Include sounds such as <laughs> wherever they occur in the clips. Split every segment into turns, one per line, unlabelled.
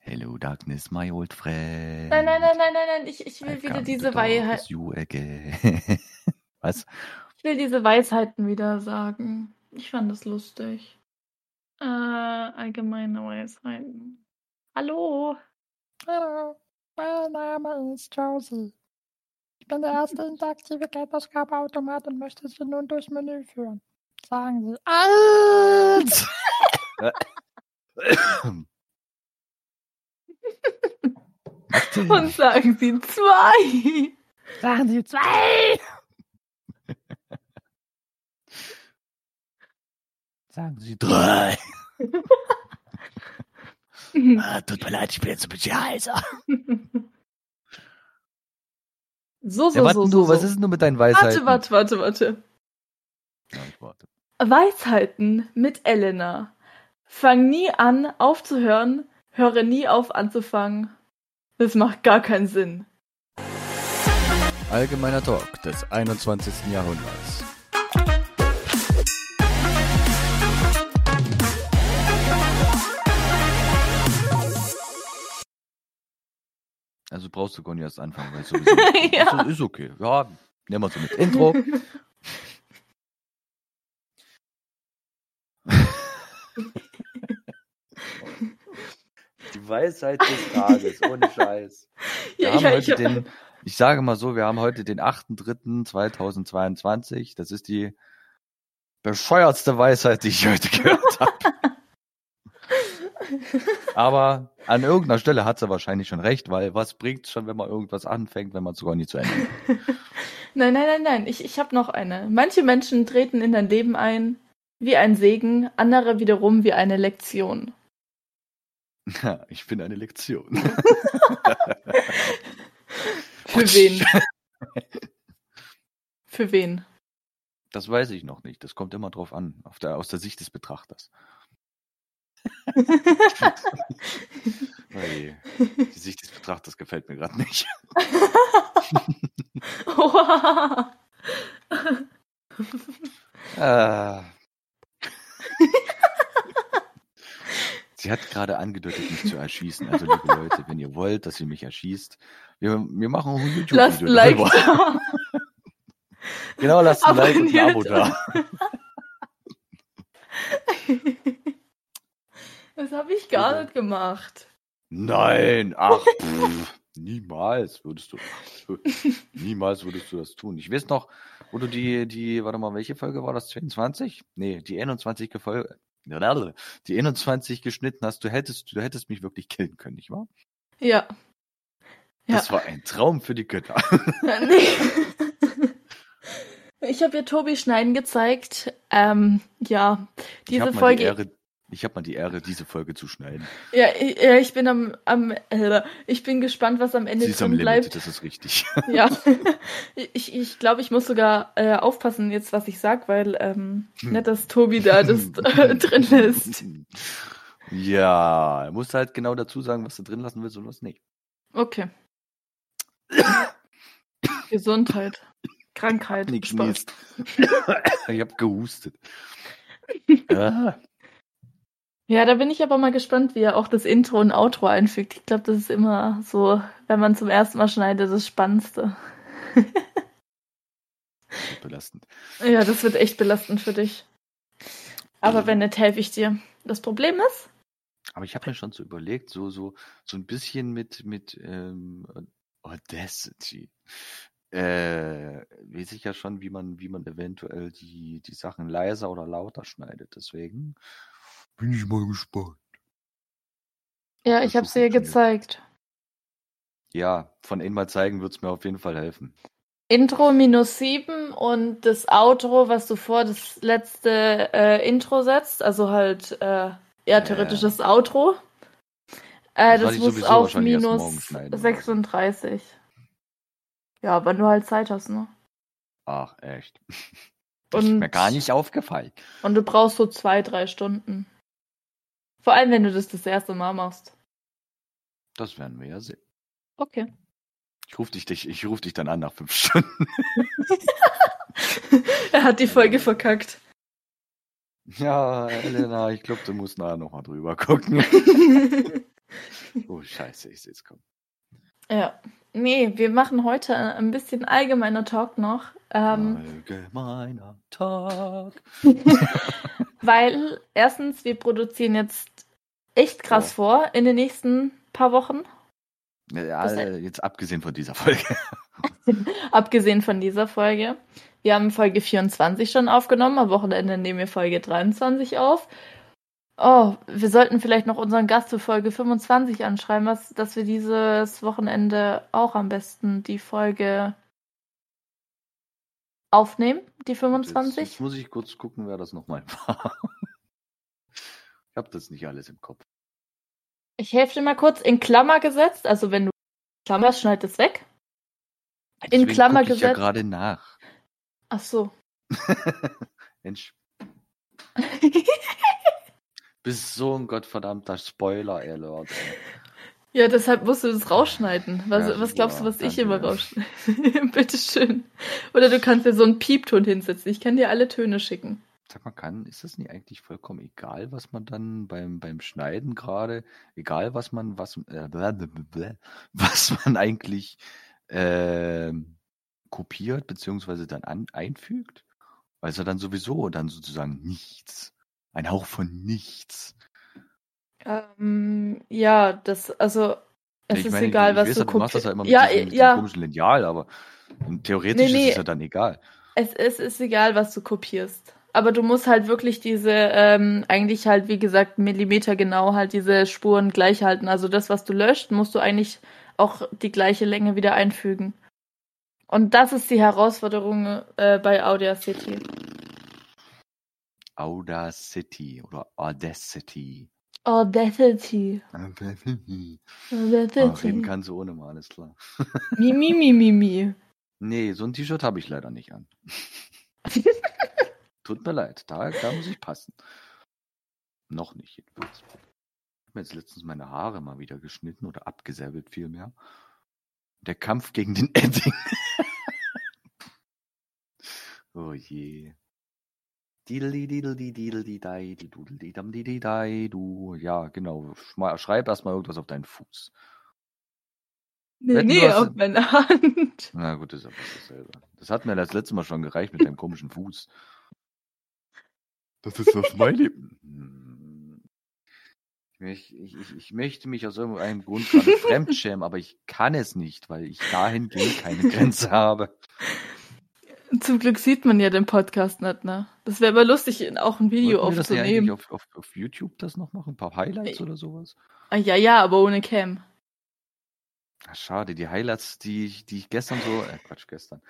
Hello Darkness, my old friend.
Nein, nein, nein, nein, nein, nein. Ich, ich will
I've
wieder
come to
diese
talk
Weisheit.
with
<laughs>
You again. Was?
Ich will diese Weisheiten wieder sagen. Ich fand das lustig. Äh, allgemeine Weisheiten. Hallo.
Hallo, mein Name ist Josie. Ich bin der erste interaktive Geldausgabeautomat und möchte Sie nun durchs Menü führen. Sagen Sie alt!
Was denn?
<laughs> Und sagen Sie zwei.
Sagen Sie zwei!
Sagen Sie drei. Ah, tut mir leid, ich bin jetzt ein bisschen heißer.
<laughs> So, so,
Ja, warte
so,
du,
so.
was
so.
ist denn nur mit deinen Weisheiten?
Warte, warte, warte, warte.
Ja, ich warte.
Weisheiten mit Elena. Fang nie an, aufzuhören. Höre nie auf, anzufangen. Das macht gar keinen Sinn.
Allgemeiner Talk des 21. Jahrhunderts. Also brauchst du gar nicht erst anfangen, weil es sowieso
Ja.
Ach so, ist okay. Ja, nehmen wir so mit Intro. Die Weisheit des Tages, ohne Scheiß. Wir
Ja,
haben
ich, ich,
heute <laughs> den, ich sage mal so, wir haben heute den 8.3.2022. Das ist die bescheuertste Weisheit, die ich heute gehört habe. <laughs> Aber an irgendeiner Stelle hat sie wahrscheinlich schon recht, weil was bringt schon, wenn man irgendwas anfängt, wenn man es sogar nie zu <laughs> Ende bringt?
Nein, nein, nein, nein. Ich, ich habe noch eine. Manche Menschen treten in dein Leben ein wie ein Segen, andere wiederum wie eine Lektion.
Ja, Ich bin eine Lektion. <laughs>
Für
<laughs>
wen? Für wen?
Das weiß ich noch nicht. Das kommt immer drauf an, auf der, aus der Sicht des Betrachters. Weil <laughs> die Sicht des Betrachters gefällt mir gerade nicht.
Oha. <laughs>
Ah. sie hat gerade angedeutet, mich zu erschießen. Also, liebe Leute, wenn ihr wollt, dass sie mich erschießt, wir, wir machen ein YouTube-Video.
Lasst ein Like
darüber.
da.
Genau, lasst ein Like und ein Abo
Abonniert
da.
Das habe ich gar nicht gemacht.
Nein,
<laughs>
ach, pff, niemals würdest du, niemals würdest du das tun. Ich weiß noch, wo du die, die, warte mal, welche Folge war das? 22? Nee, die 21 Folge, die 21 geschnitten hast, du hättest, du hättest mich wirklich killen können, nicht wahr?
Ja. <laughs> Ja.
Das war ein Traum für die
<laughs>
Götter.
Nee. Ich habe ihr Tobi Schneiden gezeigt. Ähm, ja,
ich
diese
hab mal
Folge.
Die Ehre, ich habe mal die Ehre, diese Folge zu schneiden.
Ja, ich, ja, ich bin am, am äh, ich bin gespannt, was am Ende
Sie ist am
drin
Limit,
bleibt.
das ist
<laughs>
richtig.
Ja. Ich, ich glaube, ich muss sogar äh, aufpassen jetzt, was ich sag, weil ähm,
Hm.
nicht, dass Tobi
<laughs>
da das äh, drin lässt.
Ja, du musst halt genau dazu sagen, was du drin lassen willst und was nicht.
Okay. Gesundheit. Krankheit.
Nick
Spaß.
schmiest. <laughs> ich habe
<laughs>
gehustet. Ah,
Ja, da bin ich aber mal gespannt, wie er auch das Intro und Outro einfügt. Ich glaube, das ist immer so, wenn man zum ersten Mal schneidet, das Spannendste.
belastend.
Ja, das wird echt belastend für dich.
Also.
Aber wenn nicht, helfe ich dir. Das Problem ist,
Aber ich habe mir schon so überlegt, so so so ein bisschen mit mit ähm, Audacity. Äh, weiß ich ja schon, wie man wie man eventuell die die Sachen leiser oder lauter schneidet. Deswegen bin ich mal gespannt.
ja,
Das
ich habe es
ist
dir
gut, finde ich.
gezeigt.
Ja, von innen mal zeigen wird's mir auf jeden Fall helfen.
Intro minus 7 und das Outro, was du vor das letzte äh, Intro setzt, also halt äh, ja theoretisch
Ja.
das Outro. Äh,
Das
das
werde ich
muss
sowieso
auf
wahrscheinlich erst morgen
minus
schneiden.
36. Ja, aber nur halt Zeit hast, ne?
Ach, echt. Das ist
Und,
mir gar nicht aufgefallen.
und du brauchst so zwei, drei Stunden. Vor allem, wenn du das das erste Mal machst.
Das werden wir ja sehen.
Okay.
Ich rufe dich, dich, ich ruf dich dann an nach fünf <laughs> Stunden.
<laughs> er hat die
<laughs>
Folge verkackt.
Ja, Elena, ich glaube, du musst nachher nochmal drüber gucken.
ja,
Oh, Oh, scheiße, ich sehe es kommen.
Ja. Nee, wir machen heute ein bisschen allgemeiner Talk noch, ähm,
Allgemeiner Tag.
weil erstens, wir produzieren jetzt echt krass
Ja.
vor in den nächsten paar Wochen,
Ja,
Das-
äh, jetzt abgesehen von dieser Folge.
abgesehen von dieser Folge. Wir haben Folge 24 schon aufgenommen, am Wochenende nehmen wir Folge 23 auf. Oh, wir sollten vielleicht noch unseren Gast für Folge 25 anschreiben, was, dass wir dieses Wochenende auch am besten die Folge aufnehmen, die
Jetzt,
25.
jetzt muss ich kurz gucken, wer das nochmal war. Ich habe das nicht alles im Kopf.
Ich helfe dir mal kurz. In Klammer gesetzt, also wenn du Klammer schneid es weg. In
Deswegen
Klammer
guck ich ja
gesetzt.
gerade nach. <laughs>
Ach so. <laughs>
Mensch, bist so ein gottverdammter Spoiler-Alert. ey.
ja, deshalb musst du das rausschneiden. Was,
Ja,
was glaubst du,
super.
was ich
Danke,
immer
ja.
rausschneide? <laughs> Bitteschön. Oder du kannst dir so einen Piepton hinsetzen. Ich kann dir alle Töne schicken.
Sag mal, kann, ist das nicht eigentlich vollkommen egal, was man dann beim, beim Schneiden gerade, egal was man, was, äh, blablabla, <laughs> was man eigentlich ähm, kopiert, beziehungsweise dann an, einfügt? Weil es ja dann sowieso dann sozusagen nichts, ein Hauch von nichts.
Ähm, ja, das, also, es
Ich
ist
meine,
egal,
ich
was
weiß,
du
aber du machst das
kopierst.
ja immer mit,
ja,
diesem, mit diesem
ja,
komischen Lineal, aber ähm, theoretisch
Nee,
ist
nee.
es ja dann egal.
Es, es ist egal, was du kopierst. Aber du musst halt wirklich diese, ähm, eigentlich halt, wie gesagt, millimetergenau halt diese Spuren gleich halten. Also das, was du löscht, musst du eigentlich auch die gleiche Länge wieder einfügen. Und das ist die Herausforderung äh, bei Audacity.
Audacity oder Audacity.
Audacity.
Ach, reden
Audacity.
kannst du ohne mal, alles klar.
Mi, mi, mi, mi, mi.
Nee, so ein T-Shirt habe ich leider nicht an. Tut mir leid, da, da muss ich passen. Noch nicht jedenfalls. Ich habe jetzt letztens meine Haare mal wieder geschnitten oder abgesäbelt vielmehr. Der Kampf gegen den <laughs> Edding. oh je. Diddle-diddle-di-diddle-di-dai-di-doodle-di-dam-di-di-dai-du. Ja, genau. Schma- Schreib erstmal irgendwas auf deinen Fuß.
Nee,
Wetten, du
nee,
hast-
auf meine Hand.
Na gut, das ist ja fast dasselbe. Das hat mir das letzte Mal schon gereicht mit deinem komischen Fuß. Das ist auf mein Leben. <laughs> Ich, ich, ich, ich möchte mich aus irgendeinem Grund gerade fremdschämen, aber ich kann es nicht, weil ich dahingehend keine Grenze habe.
Zum Glück sieht man ja den Podcast nicht, ne? Das wäre aber lustig, auch ein <laughs> Video
Wollten wir das nicht eigentlich
aufzunehmen.
auf, auf, auf YouTube das noch machen? Ein paar Highlights
Ey.
oder sowas?
Ah, ja, ja, aber ohne Cam. <laughs>
Ach, schade, die Highlights, die ich, die ich gestern so, äh, Quatsch, gestern,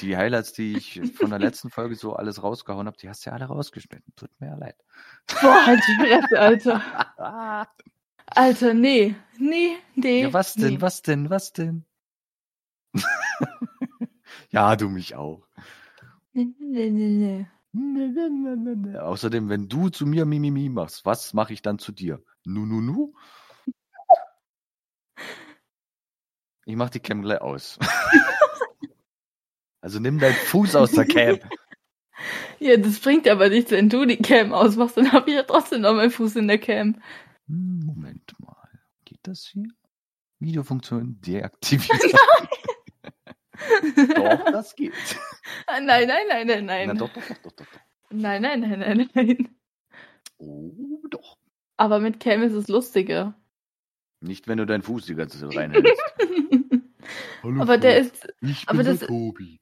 die Highlights, die ich von der letzten Folge so alles rausgehauen habe, die hast du ja alle rausgeschnitten. Tut mir ja leid.
Boah, halt die Fresse, Alter.
Ah.
Alter, nee. Nee, nee.
Ja, was denn,
nee.
was denn, was denn? <laughs> ja, du mich auch.
Nee, nee, nee, nee.
Außerdem, wenn du zu mir Mimimi machst, was mache ich dann zu dir? Nu, nu, nu? Ich mach die Cam gleich aus. <laughs> also nimm deinen Fuß aus der Cam.
Ja, das bringt aber nichts, wenn du die Cam ausmachst, dann habe ich ja trotzdem noch meinen Fuß in der Cam.
Hm, Moment mal. Geht das hier? Videofunktion
<laughs>
deaktiviert. doch, das geht.
Ah, <laughs> Nein, nein, nein, nein,
Na,
nein.
doch, doch, doch, doch, doch. doch.
Nein, nein, nein, nein, nein.
Oh, doch.
Aber mit Cam ist es
<laughs>
lustiger.
Nicht, wenn du deinen Fuß die ganze
<laughs>
Zeit reinhältst. Hallo,
aber der ist.
Ich
aber das- <laughs>
Tobi.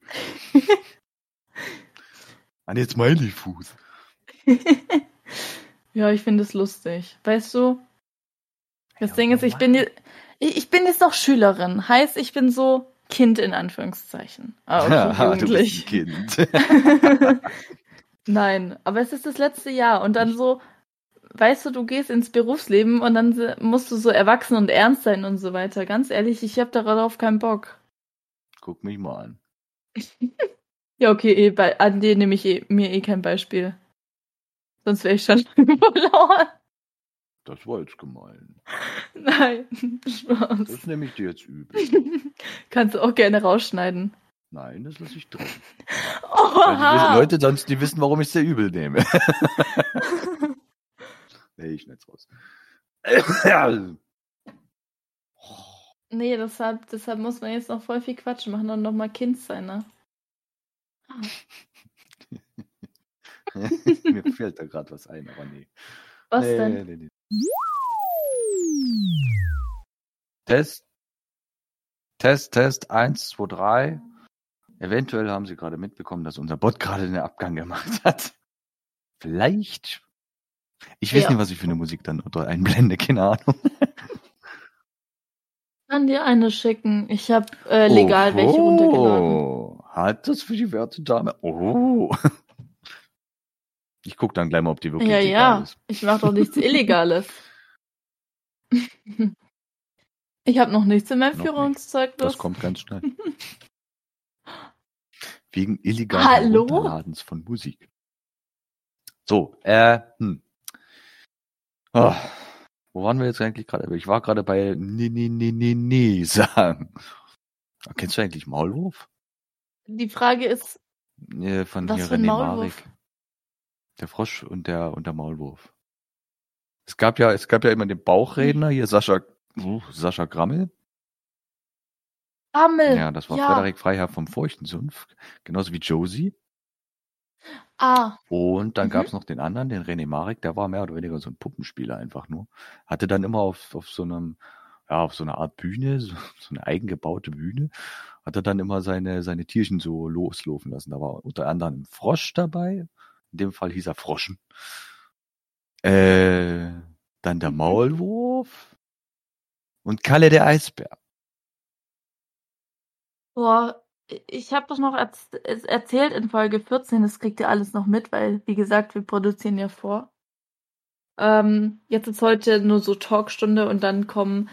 Und jetzt meine Fuß.
ja, ich finde es lustig. Weißt du? Das
Ja,
Ding ist, ich bin, je- ich ich bin jetzt noch Schülerin. Heißt, ich bin so Kind in Anführungszeichen.
<laughs>
Ah, okay,
du bist
jugendlich.
ein Kind. <laughs>
<laughs> Nein, aber es ist das letzte Jahr und dann so, weißt du, du gehst ins Berufsleben und dann se- musst du so erwachsen und ernst sein und so weiter. Ganz ehrlich, ich habe darauf keinen Bock.
Guck mich mal an.
Ja, okay, eh, bei, an den nehme ich eh, mir eh kein Beispiel. Sonst wäre ich schon <laughs> verloren.
Das war jetzt gemein.
Nein, <laughs> Spaß.
Das nehme ich dir jetzt übel.
<laughs> Kannst du auch gerne rausschneiden.
Nein, das lasse ich drin. Weil die wissen,
Oha!
Leute sonst, die wissen, warum ich es dir übel
<laughs>
nehme. <laughs> nee, ich schneid's raus.
Nee, deshalb, deshalb muss man jetzt noch voll viel Quatsch machen und nochmal Kind sein, ne?
Mir fällt da gerade was ein, aber nee.
Was
nee,
denn?
Nee, nee. Test. Test, Test, 1, 2, 3. Eventuell haben Sie gerade mitbekommen, dass unser Bot gerade einen Abgang gemacht <laughs> hat. Vielleicht. Ich weiß
Ja.
nicht, was ich für eine Musik dann dort einblende, keine Ahnung.
Ich kann dir eine schicken. Ich habe äh, legal welche runtergeladen.
Oh, Hat das für die werte Dame? Oh. <laughs> Ich gucke dann gleich mal, ob die wirklich
ja,
legal
ja.
ist.
Ich mache
<laughs>
doch nichts Illegales. ich habe noch nichts in meinem
Noch nicht.
Führungszeugnis.
Das kommt ganz schnell. <laughs> Wegen illegalen
Hallo?
Herunterladens von Musik. So, äh, hm. Ah, wo waren wir jetzt eigentlich gerade? Ich war gerade bei Nee, nee, nee, nee, nee sagen. Ah, Kennst du eigentlich Maulwurf?
Die Frage ist,
Äh, von
Was
hier
für ein
René
Maulwurf?
Marek. Der Frosch und der, und der Maulwurf. Es gab ja, es gab ja immer den Bauchredner,
Hm.
hier Sascha, uh, Sascha Grammel.
Ammel.
Ja, das war
Äh, ja.
Frederik Freiherr vom Feuchtensumpf, genauso wie Josie.
Ah,
Und dann
Mhm.
gab's noch den anderen, den René Marek, der war mehr oder weniger so ein Puppenspieler einfach nur. Hatte dann immer auf, auf so einem, ja, auf so einer Art Bühne, <laughs> so, so eine eigengebaute Bühne, hat er dann immer seine, seine Tierchen so loslaufen lassen. Da war unter anderem ein Frosch dabei. In dem Fall hieß er Froschen. Äh, dann
Mhm.
der Maulwurf und Kalle der Eisbär.
boah. Ich habe das noch erz es erzählt in Folge 14. Das kriegt ihr alles noch mit, weil, wie gesagt, wir produzieren ja vor. Ähm, jetzt ist heute nur so Talkstunde und dann kommen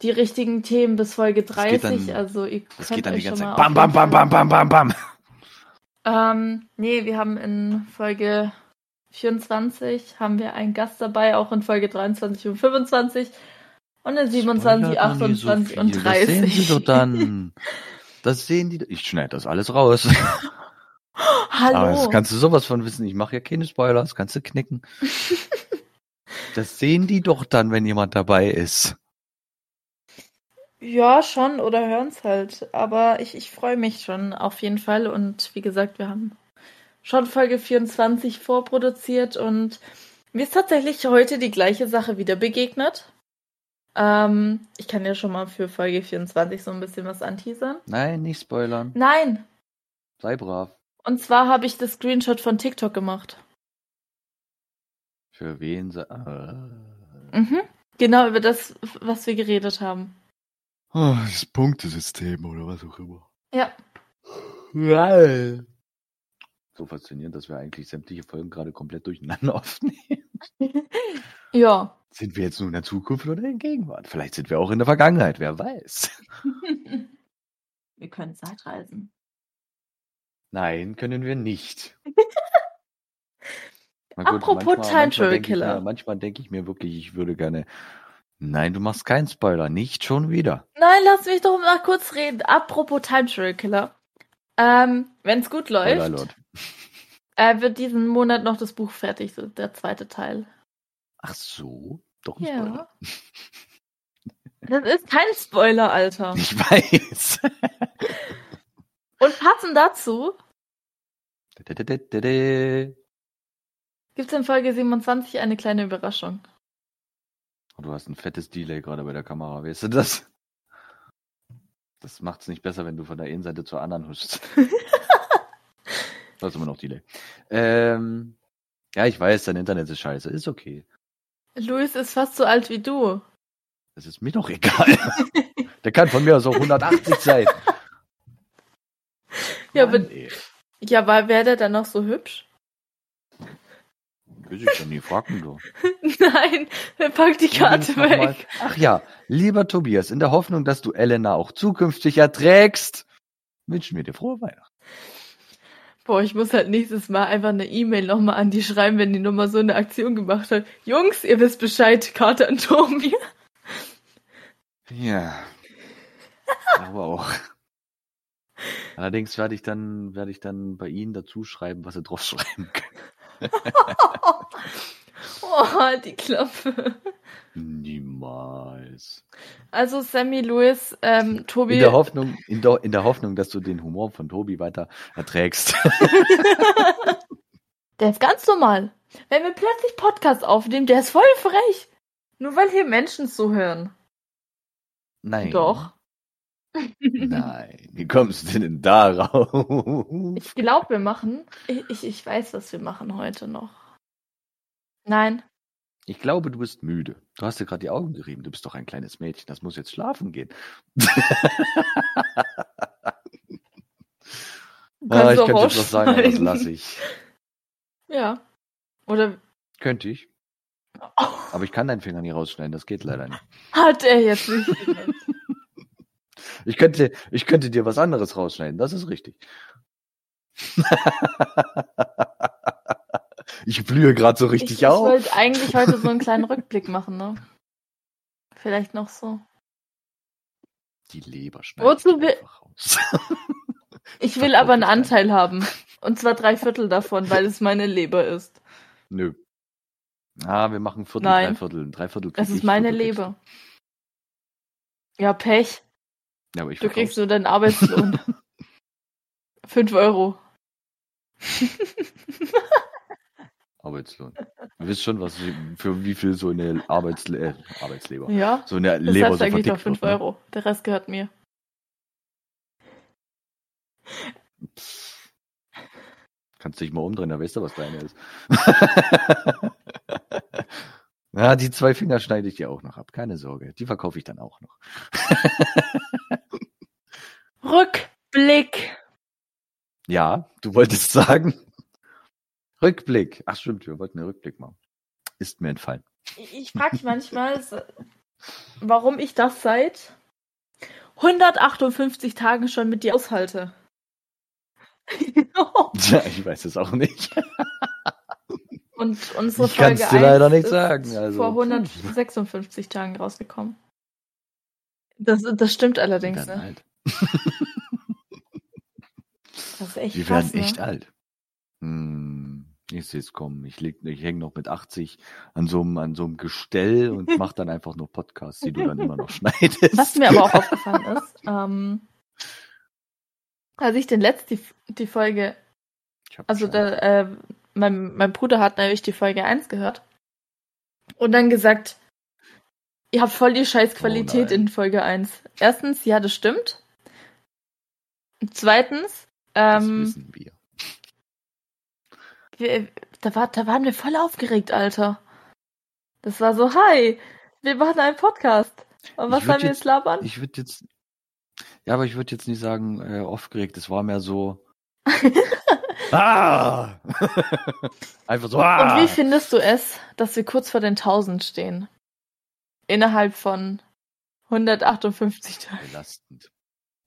die richtigen Themen bis Folge
Das geht
30.
dann-
also ihr
Das
könnt
geht dann die
euch schon
ganze
mal
Zeit.
auf
Bam,
jeden
bam, bam, bam,
Fall-
bam, bam, bam.
Ähm, nee, wir haben in Folge 24 haben wir einen Gast dabei, auch in Folge 23 und 25 und in 27,
Spoilert man die
28 und
viel? Das
30.
sehen die doch dann. Das sehen die. Ich schneide das alles raus. <laughs> Aber
<laughs> Hallo.
das kannst du sowas von wissen. Ich mache ja keine Spoiler, das kannst du knicken.
<laughs>
Das sehen die doch dann, wenn jemand dabei ist.
ja, schon oder hören's halt, aber ich, ich freue mich schon auf jeden Fall und wie gesagt, wir haben schon Folge 24 vorproduziert und mir ist tatsächlich heute die gleiche Sache wieder begegnet. Ähm, ich kann ja schon mal für Folge 24 so ein bisschen was anteasern.
Nein, nicht spoilern.
Nein,
Sei brav.
Und zwar habe ich das Screenshot von TikTok gemacht.
Für wen? se- Äh.
Mhm. Genau über das, was wir geredet haben.
Oh, das Punktesystem oder was auch immer.
Ja.
Wow. So faszinierend, dass wir eigentlich sämtliche Folgen gerade komplett durcheinander <laughs> aufnehmen.
Ja.
Sind wir jetzt nun in der Zukunft oder in der Gegenwart? Vielleicht sind wir auch in der Vergangenheit, wer weiß. <laughs>
wir können Zeitreisen.
Nein, können wir
<laughs>
nicht. Na
Apropos
manchmal denke ich
Time-Travel-Killer.
mir- Manchmal denke ich mir wirklich, ich würde gerne. Nein, du machst keinen Spoiler, nicht schon wieder.
Nein, lass mich doch mal kurz reden. Apropos Time Travel Killer. Ähm, wenn's gut
Spoiler
läuft,
Alert.
äh, wird diesen Monat noch das Buch fertig, so der zweite Teil.
Ach so, doch ein Spoiler.
Ja. <laughs> Das ist kein Spoiler, Alter.
Ich weiß. <laughs>
Und passend dazu
Dä-dä-dä-dä-dä.
gibt's in Folge 27 eine kleine Überraschung.
Oh, du hast ein fettes Delay gerade bei der Kamera, weißt du das? Das macht's nicht besser, wenn du von der einen Seite zur anderen
<laughs>
huschst. das ist immer noch Delay. Ähm, ja, ich weiß, dein Internet ist scheiße. Ist okay.
Luis ist fast so alt wie du.
Das ist mir doch <laughs> egal. der kann von mir aus auch 180 sein.
<laughs> Ja,
Mann,
aber-
ey.
Ja, weil wäre der dann noch so hübsch? <laughs>
Weiß ich doch nie, frag ihn
<laughs>
doch.
Nein, er packt die Karte
Übrigens noch mal-
weg.
Ach ja, lieber Tobias, in der Hoffnung, dass du Elena auch zukünftig erträgst, wünschen wir dir frohe Weihnachten.
Boah, ich muss halt nächstes Mal einfach eine E-Mail nochmal an die schreiben, wenn die nochmal so eine Aktion gemacht hat. Jungs, ihr wisst Bescheid, Karte an Tobi.
Ja. Aber auch. Allerdings werde ich dann, werde ich dann bei Ihnen dazu schreiben, was Sie drauf schreiben können.
Oh, die Klappe.
Niemals.
Also Sammy, Louis, ähm, Tobi.
In der, Hoffnung, in, der, in der Hoffnung, dass du den Humor von Tobi weiter erträgst.
Der ist ganz normal. Wenn wir plötzlich Podcast aufnehmen, der ist voll frech. Nur weil hier Menschen zuhören.
Nein. <laughs>
Doch.
Nein. Wie kommst du denn darauf?
Ich glaube, wir machen. Ich, ich, ich weiß, was wir machen heute noch. Nein.
Ich glaube, du bist müde. Du hast dir gerade die Augen gerieben. Du bist doch ein kleines Mädchen. Das muss jetzt schlafen gehen.
kannst
Ah,
du
ich
auch
könnte jetzt was sagen, aber das
rausschneiden.
lasse ich.
Ja. Oder
Könnte ich.
Oh,
Aber ich kann deinen Finger nie rausschneiden. Das geht leider nicht.
hat er
<laughs>
jetzt nicht.
Ich könnte, ich könnte dir was anderes rausschneiden. Das ist richtig. <laughs> ich blühe gerade so richtig
ich ich
auf.
wollte eigentlich heute so einen kleinen Rückblick machen, ne? Vielleicht noch so.
Die Leber schneidet
Wozu will-
einfach raus. <laughs>
Ich will aber einen
Verkauf ist geil.
Anteil haben. Und zwar drei Viertel davon, weil es meine Leber ist.
Nö. Ah, wir machen Viertel,
Nein.
drei Viertel, drei Viertel. krieg
Es ist
ich,
meine
Viertel kriegst
Leber. Ja,
du.
Pech.
Ja, aber ich
Du kriegst
verkauf's.
nur
<laughs>
deinen Arbeitslohn. Fünf Euro.
Arbeitslohn. Du wisst schon, was für wie viel so eine Arbeitsle äh, Arbeitsleber.
Ja.
So eine
Das
Leber
heißt
so
eigentlich doch
vertickt
fünf
wird, ne?
Euro. Der Rest gehört mir.
Kannst dich mal umdrehen, da weißt du, was deine ist. ja, die zwei Finger schneide ich dir auch noch ab. Keine Sorge. Die verkaufe ich dann auch noch.
Rückblick.
Ja, du wolltest sagen. Rückblick. Ach stimmt, wir wollten einen Rückblick machen. Ist mir entfallen. <laughs>
Ich ich frage mich manchmal, s- warum ich das seit 158 Tagen schon mit dir <laughs> aushalte.
Ja, ich weiß es auch nicht.
Und unsere
Ich
Folge
kann's
1
dir leider nicht
ist
sagen, also,
vor
puh.
156 Tagen rausgekommen. Das, das stimmt allerdings.
Wir werden
Ne?
alt.
Das ist echt
Wir
krass.
werden echt
ne?
alt. Hm, ich sehe es kommen. Ich, leg- ich hänge noch mit 80 an so einem, an so einem Gestell und mache dann einfach nur Podcasts, die du dann immer
<laughs>
noch schneidest.
Was mir aber auch aufgefallen ist, ähm, als ich den letzten, die, die Folge
Ich hab
Also
Bescheid.
da, äh, mein, mein Bruder hat natürlich die Folge 1 gehört und dann gesagt, ihr habt voll die scheiß Qualität
Oh nein.
in Folge 1. Erstens, ja, das stimmt. Zweitens,
das
ähm,
wissen wir.
wir, da, war, da waren wir voll aufgeregt, Alter. Das war so, hi, wir machen einen Podcast. Und
Ich
was
würd
sollen wir
jetzt-
jetzt labern?
Ich würde jetzt. Ja, aber ich würde jetzt nicht sagen, äh, aufgeregt. Es war mehr
<laughs>
so. ah! <laughs> Einfach so. Ah!
Und wie findest du es, dass wir kurz vor den 1000 stehen? Innerhalb von 158 Tagen.
Belastend.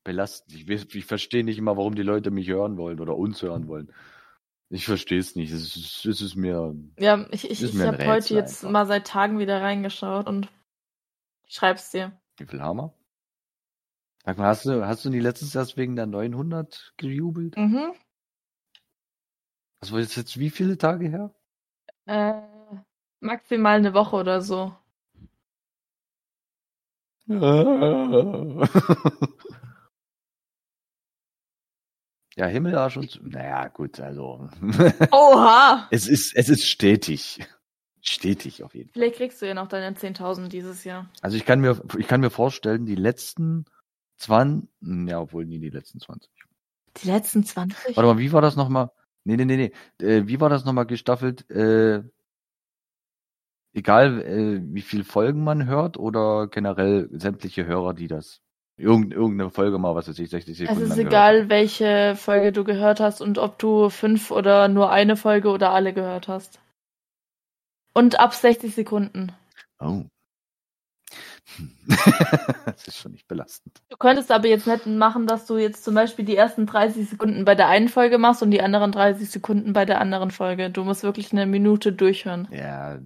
Belastend. Ich, weiß- ich verstehe nicht immer, warum die Leute mich hören wollen oder uns hören wollen. Ich verstehe es nicht. Es ist, es ist mir.
Ja, ich, ich,
Ist
ich
mir ein
habe
Rätsel
heute jetzt
einfach.
mal seit Tagen wieder reingeschaut und ich schreib's dir.
Wie viel haben wir? Sag mal, hast du, hast du die letztens erst wegen der 900 gejubelt?
Mhm.
Das war jetzt, jetzt wie viele Tage her?
Äh, maximal eine Woche oder so.
<laughs> ja, Himmel, Arsch und... Naja, gut, also... <laughs>
Oha!
es, ist, es ist stetig. Stetig auf jeden Fall.
Vielleicht kriegst du ja noch deine 10.000 dieses Jahr.
Also ich kann mir, ich kann mir vorstellen, die letzten 20... Ja, obwohl, nie die letzten 20.
Die letzten 20.
Warte mal, wie war das nochmal? Nee, nee, nee, nee. Äh, wie war das nochmal gestaffelt? Äh, egal, äh, wie viel Folgen man hört oder generell sämtliche Hörer, die das... Irgend, irgendeine Folge mal, was weiß ich, 60 Sekunden
Es ist
lang gehört haben.
egal, welche Folge du gehört hast und ob du fünf oder nur eine Folge oder alle gehört hast. Und ab 60 Sekunden.
Oh. Hm. das ist schon nicht belastend.
Du könntest aber jetzt nicht machen, dass du jetzt zum Beispiel die ersten 30 Sekunden bei der einen Folge machst und die anderen 30 Sekunden bei der anderen Folge. Du musst wirklich eine Minute durchhören.
Ja.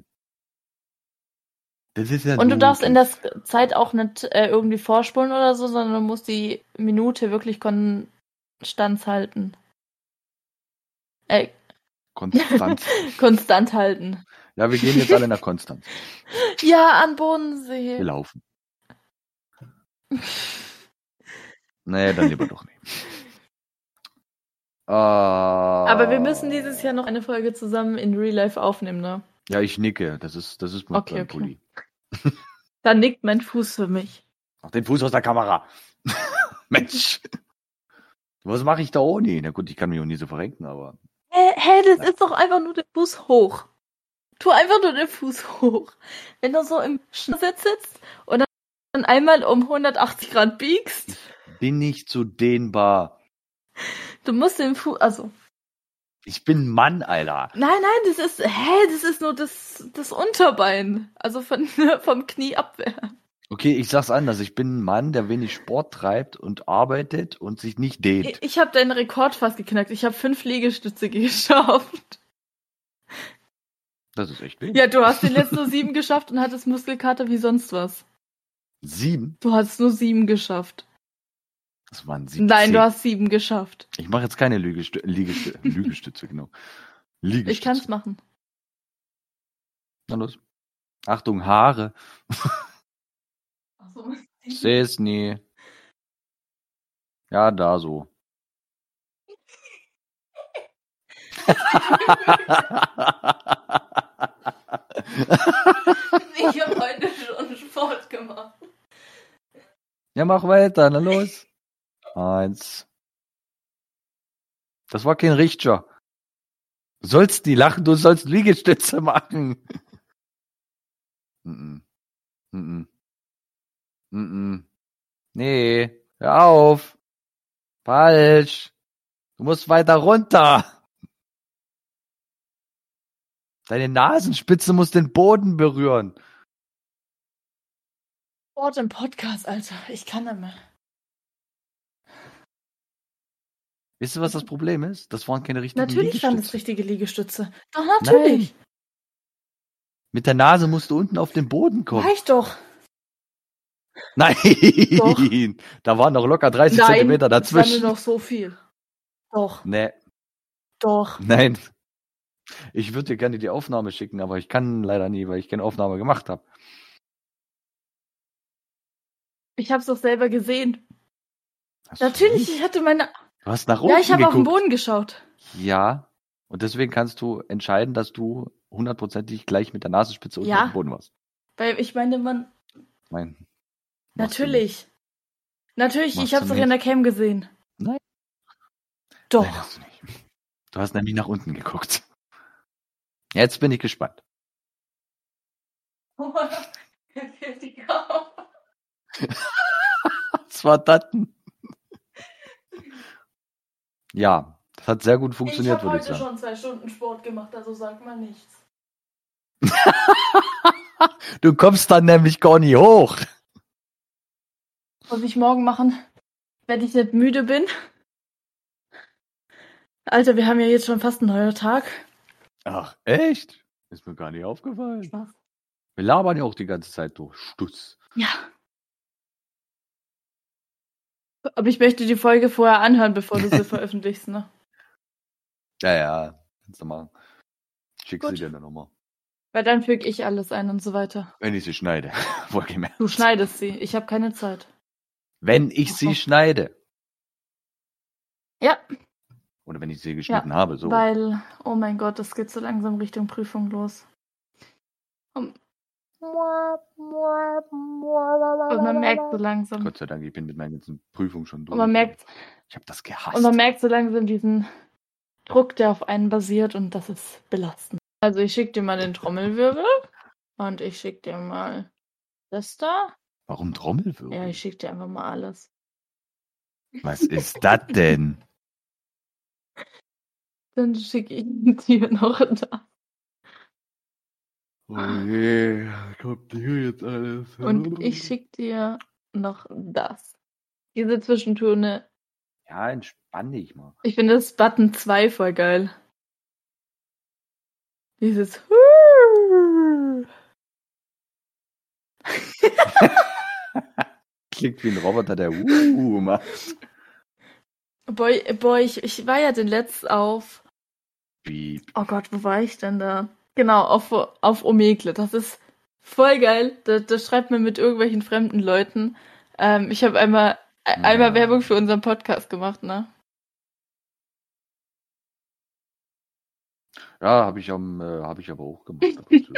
Das ist ja
Und du darfst in der
das.
S- Zeit auch nicht äh, irgendwie vorspulen oder so, sondern du musst die Minute wirklich konstant halten. Äh,
Konstanz.
<laughs> konstant halten.
Ja, wir gehen jetzt alle nach Konstanz.
Ja, an Bodensee.
Wir laufen. Nee, dann lieber doch nicht.
Aber
Aber
wir müssen dieses Jahr noch eine Folge zusammen in Real Life aufnehmen, ne?
Ja, ich nicke. Das ist, das ist mein
Okay,
mein
okay.
Pulli.
Da nickt mein Fuß für mich.
Mach den Fuß aus der Kamera. <laughs> Mensch. Was mache ich da ohne? Na gut, ich kann mich auch nie so verrenken, aber.
Hä, hä, das ist doch einfach nur der Fuß hoch. Tu einfach nur den Fuß hoch. Wenn du so im Schnitz sitzt und dann einmal um 180 Grad biegst,
Bin nicht so dehnbar.
du musst den Fuß, also,
Ich bin Mann, Alter.
nein, nein, das ist, hä, das ist nur das, das Unterbein. Also von, <laughs> vom Knie abwehr.
Okay, ich sag's anders. Ich bin ein Mann, der wenig Sport treibt und arbeitet und sich nicht dehnt.
Ich, ich habe deinen Rekord fast geknackt. Ich habe fünf Liegestütze <laughs> geschafft.
Das ist echt wenig.
Ja, du hast den letzten nur sieben geschafft und hattest Muskelkater wie sonst was.
Sieben?
Du hast nur sieben geschafft.
Das waren sieben.
Nein, du hast sieben geschafft.
Ich mache jetzt keine Lügestü
<laughs>
Liegestü Lügestütze, genau. Liegestütze.
Ich kann's machen.
Na los. Achtung, Haare. Ich sehe es nie. Ja, da so.
<laughs>
<laughs>
Ich habe heute schon Sport gemacht.
ja, mach weiter, na los. Eins. Das war kein Richter. Du sollst nie lachen, du sollst Liegestütze machen. Mm -mm. Mm -mm. Mm -mm. Nee, hör auf. Falsch. Du musst weiter runter. Deine Nasenspitze muss den Boden berühren.
Sport im Podcast, Alter. Ich kann nicht mehr.
Wisst ihr, was das Problem ist? Das waren keine richtigen
Natürlich waren das
Liegestütze.
richtige Liegestütze. Doch, natürlich.
Mit der Nase musst du unten auf den Boden kommen.
War ich doch.
Nein! Da waren noch locker 30 Zentimeter
das war nur
dazwischen.
noch so viel. Doch,
Nee,
doch.
nein. Ich würde dir gerne die Aufnahme schicken, aber ich kann leider nie, weil ich keine Aufnahme gemacht habe.
Ich hab's doch selber gesehen. Natürlich, ich hatte meine.
Du hast nach unten
Ja, ich habe auf den
geguckt.
Boden geschaut.
Ja. Und deswegen kannst du entscheiden, dass du hundertprozentig gleich mit der Nasenspitze unten
Ja.
auf dem Boden warst.
Weil ich meine, man.
Nein. Machst du nicht.
Natürlich. Natürlich,
Machst
ich
du
hab's doch in der Cam gesehen.
Nein.
Doch.
Nein, hast du nicht. Du hast nämlich nach unten geguckt. Jetzt bin ich gespannt.
<laughs> Mir fehlt die Kaum.
Was war das denn? <laughs> Ja, das hat sehr gut funktioniert,
ich habe
würde ich
heute
sagen.
schon zwei Stunden Sport gemacht, also sag mal nichts.
Du kommst dann nämlich gar nie hoch.
Muss ich morgen machen, wenn ich nicht müde bin. Alter, wir haben ja jetzt schon fast einen neuer Tag.
Ach, echt? Ist mir gar nicht aufgefallen.
Spaß.
Wir labern ja auch die ganze Zeit durch. Stutz.
Ja. Aber ich möchte die Folge vorher anhören, bevor
<laughs>
du sie veröffentlichst, ne?
Ja, ja, kannst du machen. Schick sie
Gut.
dir dann nochmal.
Weil dann füge ich alles ein und so weiter.
Wenn ich sie schneide. <laughs> Wohlgemerkt.
Du schneidest sie. Ich habe keine Zeit.
Wenn ich sie schneide.
Ja.
Oder wenn ich sie geschnitten habe, so.
Weil, oh mein Gott, das geht so langsam Richtung Prüfung los. Und
Und
man merkt so langsam.
Gott sei Dank, ich bin mit meinen ganzen Prüfungen schon durch.
Und man merkt
Ich habe das gehasst.
Und man merkt so langsam diesen Druck, der auf einen basiert und das ist belastend. Also ich schicke dir mal den Trommelwirbel und ich schicke dir mal das da.
Warum Trommelwirbel?
Ja, ich schicke dir einfach mal alles.
Was ist das denn?
Dann schicke ich <laughs> dir noch da.
Oh je, kommt hier jetzt alles.
Und ich schicke dir noch das. Diese Zwischentöne.
Ja, entspann dich mal.
Ich finde das Button 2 voll geil. Dieses. <laughs>
Klingt wie ein Roboter, der uh macht.
Boy, boy ich, ich war ja den letzten auf
Piep.
Oh Gott, wo war ich denn da? Genau, auf, auf Omegle. Das ist voll geil. Das, das schreibt man mit irgendwelchen fremden Leuten. Ähm, ich habe einmal, ein- einmal
Ja.
Werbung für unseren Podcast gemacht, ne?
Ja, habe ich, am, äh, hab ich aber auch gemacht. ab
<laughs>
und zu.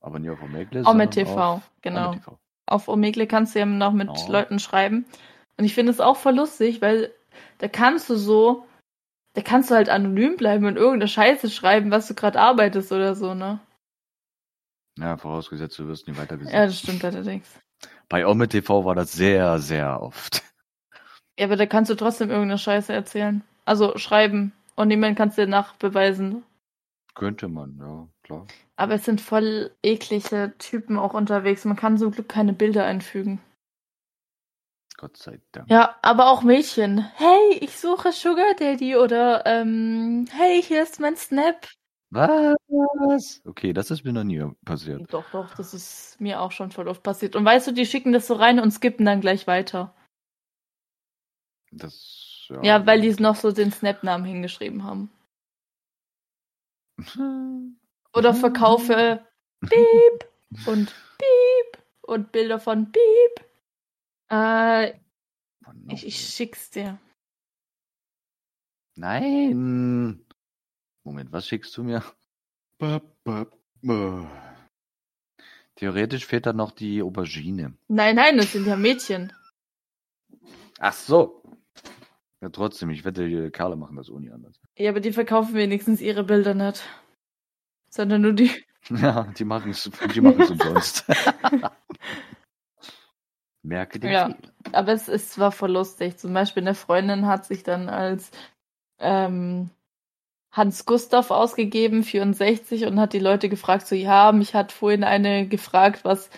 aber nicht auf Omegle.
Omme
sondern
TV,
auf
genau.
Omme TV.
Auf Omegle kannst du ja noch mit
Ja.
Leuten schreiben. Und ich finde es auch voll lustig, weil da kannst du so, da kannst du halt anonym bleiben und irgendeine Scheiße schreiben, was du gerade arbeitest oder so, ne?
Ja, vorausgesetzt, du wirst nie weitergesetzt.
Ja, das stimmt allerdings.
Bei Omme TV war das sehr, sehr oft.
Ja, aber da kannst du trotzdem irgendeine Scheiße erzählen. Also schreiben. Und niemand kannst dir nachbeweisen.
Könnte man, ja, klar.
Aber es sind voll eklige Typen auch unterwegs. Man kann zum Glück keine Bilder einfügen.
Gott sei Dank.
Ja, aber auch Mädchen. Hey, ich suche Sugar Daddy oder ähm, hey, hier ist mein Snap.
Was? Okay, das ist mir noch nie passiert.
Doch, doch, das ist mir auch schon voll oft passiert. Und weißt du, die schicken das so rein und skippen dann gleich weiter.
Das,
Ja, weil die noch so den Snap-Namen hingeschrieben haben.
Hm,
Oder verkaufe Piep und Piep und Bilder von Piep. Äh, ich, ich schick's dir.
Nein. Moment, was schickst du mir? Ba, ba, ba. Theoretisch fehlt da noch die Aubergine.
Nein, nein, das sind ja Mädchen.
Ach so. Ja, trotzdem, ich wette, die Kerle machen das ohne anders. <laughs>
Ja, aber die verkaufen wenigstens ihre Bilder nicht. Sondern nur die.
Ja, die machen es die machen's umsonst. Merke den
Ja.
Fehler.
Aber es, es war voll lustig. Zum Beispiel eine Freundin hat sich dann als ähm, Hans Gustav ausgegeben, 64, und hat die Leute gefragt, so, ja, mich hat vorhin eine gefragt, was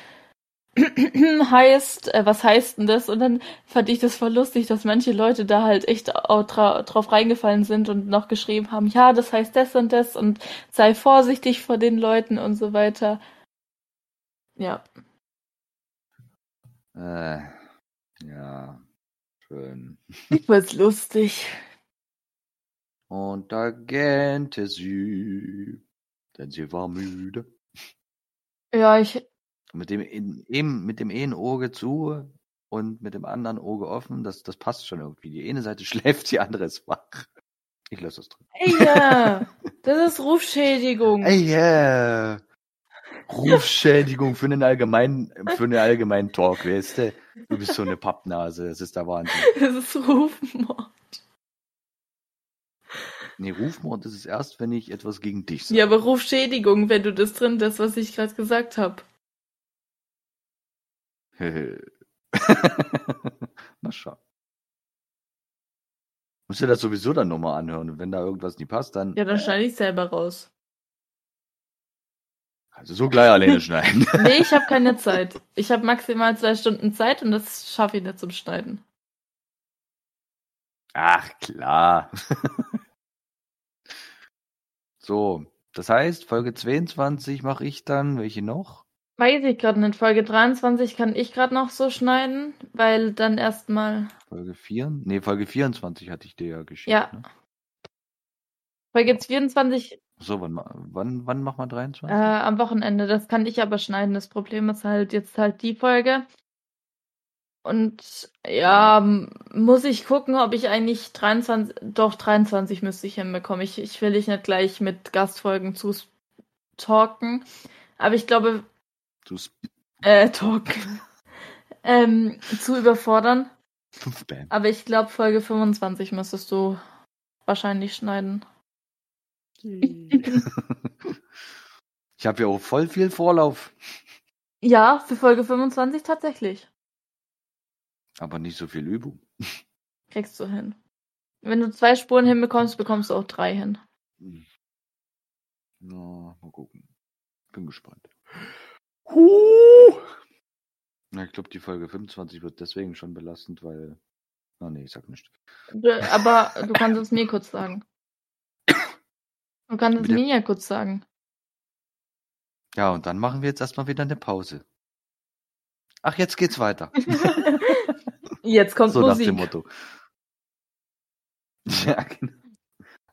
<clears throat> heißt, äh, was heißt denn das? Und dann fand ich das voll lustig, dass manche Leute da halt echt au- dra drauf reingefallen sind und noch geschrieben haben, ja, das heißt das und das und sei vorsichtig vor den Leuten und so weiter. Ja,
Äh, ja, schön.
ich fand's lustig.
Und da gähnte sie, denn sie war müde.
Ja, ich,
Mit dem in, eben mit dem einen Auge zu und mit dem anderen Auge offen, das, das passt schon irgendwie. Die eine Seite <laughs> schläft, die andere ist wach. Ich lasse das drin.
Ey, ja, das ist Rufschädigung.
Ey, yeah. Rufschädigung für einen allgemeinen, für einen allgemeinen Talk, weißt du? Du bist so eine Pappnase, das ist der Wahnsinn.
Das ist Rufmord.
Nee, Rufmord ist es erst, wenn ich etwas gegen dich sage.
Ja, aber Rufschädigung, wenn du das drin, das, was ich gerade gesagt habe.
<laughs> Na schau. Musst du das sowieso dann nochmal anhören und wenn da irgendwas nicht passt, dann
Ja, dann schneide ich selber raus.
also so gleich alleine schneiden. <laughs>
Nee, ich habe keine Zeit. Ich habe maximal zwei Stunden Zeit und das schaffe ich nicht zum Schneiden.
Ach klar. <laughs> so, das heißt, Folge 22 mache ich dann, welche noch?
Weiß ich gerade nicht. Folge 23 kann ich gerade noch so schneiden, weil dann erstmal.
Folge 4? Nee, Folge 24 hatte ich dir ja geschickt.
Ja.
Ne?
Folge 24
So, wann, ma- wann, wann machen wir
äh,
23?
am Wochenende, das kann ich aber schneiden. Das Problem ist halt jetzt halt die Folge. Und ja, m- muss ich gucken, ob ich eigentlich 23, doch 23 müsste ich hinbekommen. Ich, ich will dich nicht gleich mit Gastfolgen zu talken. Aber ich glaube,
Du Sp-
äh, <laughs> talken. ähm, zu überfordern.
Bam.
Aber ich glaube, Folge 25 müsstest du wahrscheinlich schneiden.
Hm.
Ich habe ja auch voll viel Vorlauf,
Ja, für Folge 25 tatsächlich.
aber nicht so viel Übung.
Kriegst du hin. Wenn du zwei Spuren hinbekommst, bekommst du auch drei hin.
Hm. Na, mal gucken. Bin gespannt. Huh! Na, ich glaube, die Folge 25 wird deswegen schon belastend, weil. Ah, nee, ich sag nicht.
Du, aber du kannst es mir kurz sagen. Du kannst es
Bitte?
mir ja kurz sagen.
Ja, und dann machen wir jetzt erstmal wieder eine Pause. Ach, jetzt geht's weiter.
<laughs> <laughs> Jetzt kommt
so nach
Musik.
dem Motto. <laughs> Ja, genau.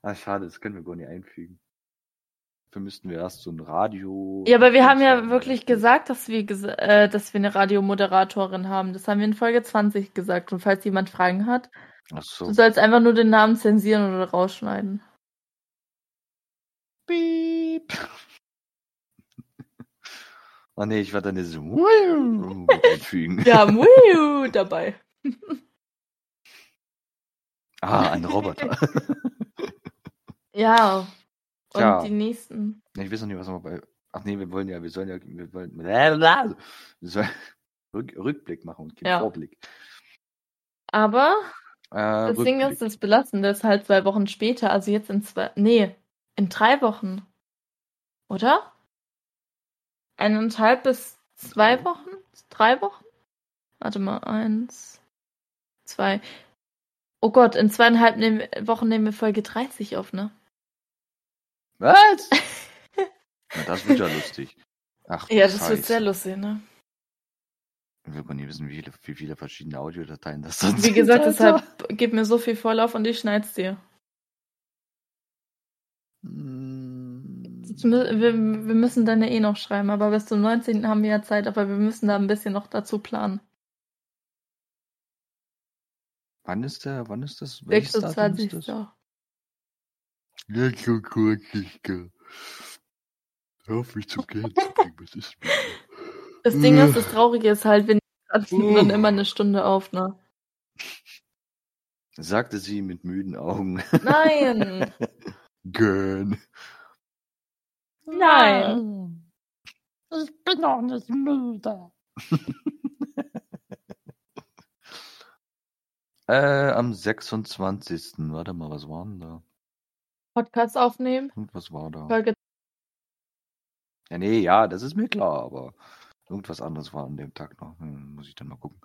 Ah, schade, das können wir gar nicht einfügen. Dafür müssten wir erst so ein Radio.
Ja, aber wir haben ja wirklich gesagt, dass wir, ges- äh, dass wir eine Radiomoderatorin haben. Das haben wir in Folge 20 gesagt. Und falls jemand Fragen hat,
Ach so.
du sollst einfach nur den Namen zensieren oder rausschneiden.
Piep.
<laughs> Ah nee, ich werde dann jetzt so
Wuiu.
mit
<laughs>
einfügen.
Wir haben Wiu dabei.
Ah, ein Roboter. <laughs>
Ja. Und
Tja.
die nächsten.
Ich weiß noch nicht, was wir bei. Ach nee, wir wollen ja, wir sollen ja, wir wollen. <laughs> Wir sollen Rück, Rückblick machen und keinen
Ja.
Vorblick.
Aber
Äh,
das Ding ist,
Rückblick.
das Belastende ist halt zwei Wochen später. Also jetzt in zwei. Nee, in drei Wochen. Oder? Eineinhalb bis zwei
Drei.
Wochen? Drei Wochen? Warte mal, eins, zwei. Oh Gott, in zweieinhalb nehmen, Wochen nehmen wir Folge 30 auf, ne?
Was? <laughs> Na, das wird ja lustig. Ach,
Ja, das wird
Scheiße.
sehr lustig, ne?
Ich will gar nicht wissen, wie viele, wie viele verschiedene Audiodateien das sonst
Wie gesagt,
sind, Alter.
deshalb gib mir so viel Vorlauf und ich schneid's dir.
Mm.
Jetzt mü- Also, Wir, wir müssen dann ja eh noch schreiben, aber bis zum 19. haben wir ja Zeit, aber wir müssen da ein bisschen noch dazu planen.
Wann ist der, wann ist das? Welches Datum ist
26.
das? Nicht so kurz, ich Hör auf mich zum Geld zu bringen, was ist
Das Ding ist, das Traurige ist halt, wir nehmen <laughs> dann immer eine Stunde auf, ne?
Sagte sie mit müden Augen. <laughs>
Nein!
Gön.
Nein.
Nein. Ich bin noch nicht müde.
Äh, am 26. Warte mal, was war denn da?
Podcast aufnehmen,
Irgendwas war da.
Folge
Ja, nee, ja, das ist mir klar, aber irgendwas anderes war an dem Tag noch. Hm, muss ich dann mal gucken.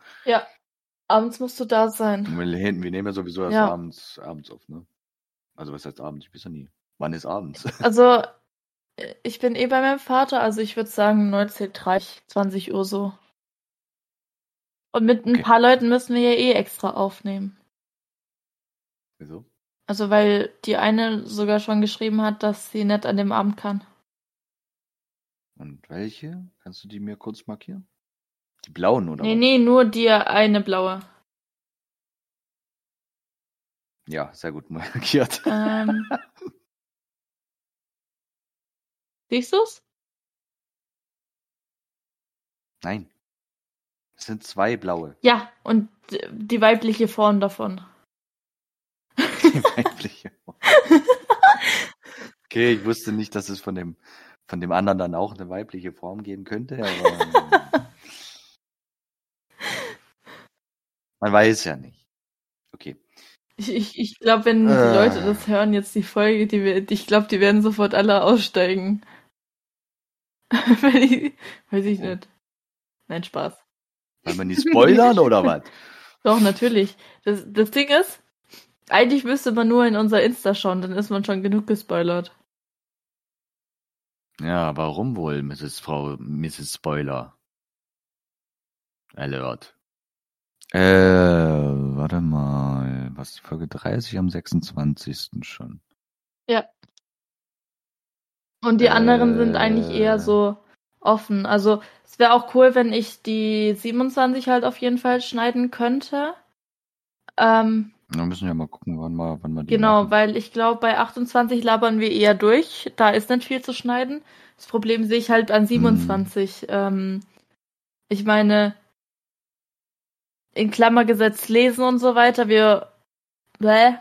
abends musst du da sein.
Wir nehmen wir nehmen ja sowieso erst
Ja.
abends, abends auf, ne? Also, was heißt abends? Ich weiß ja nie. Wann ist abends?
Also, äh, ich bin eh bei meinem Vater, also ich würde sagen 19.30 20 Uhr so. Und mit ein
Okay.
paar Leuten müssen wir ja eh extra aufnehmen.
Wieso?
Also weil die eine sogar schon geschrieben hat, dass sie nicht an dem Abend kann.
Und welche? Kannst du die mir kurz markieren? Die blauen, oder?
Nee,
was?
nee, nur die eine blaue.
Ja, sehr gut <laughs> markiert.
Ähm. <laughs> Siehst du's?
Nein. Es sind zwei
<laughs>
blaue.
Ja, und d- die weibliche Form davon.
Die weibliche. okay, ich wusste nicht, dass es von dem, von dem anderen dann auch eine weibliche Form geben könnte, aber. ähm, Man weiß ja nicht. Okay.
Ich, ich, ich glaube, wenn die
Äh.
Leute das hören, jetzt die Folge, die wir, die- ich glaube, die werden sofort alle aussteigen. <laughs> Wenn ich, weiß ich nicht. Nein, Spaß.
Wollen wir nicht spoilern oder was?
Doch, natürlich. Das, das Ding ist, eigentlich müsste man nur in unser Insta schauen, dann ist man schon genug gespoilert.
Ja, warum wohl, Mrs. Frau, Mrs. Spoiler? Alert. Äh, warte mal. Was, Folge 30 am 26. schon?
Und die anderen sind
Äh.
eigentlich eher so offen. Also es wäre auch cool, wenn ich die 27 halt auf jeden Fall schneiden könnte. Ähm,
Wir müssen ja mal gucken, wann mal, wann mal die
genau,
machen.
weil ich glaube, bei 28 labern wir eher durch. Da ist nicht viel zu schneiden. Das Problem sehe ich halt an 27. Ähm, ich meine, in Klammer gesetzt lesen und so weiter, wir bläh,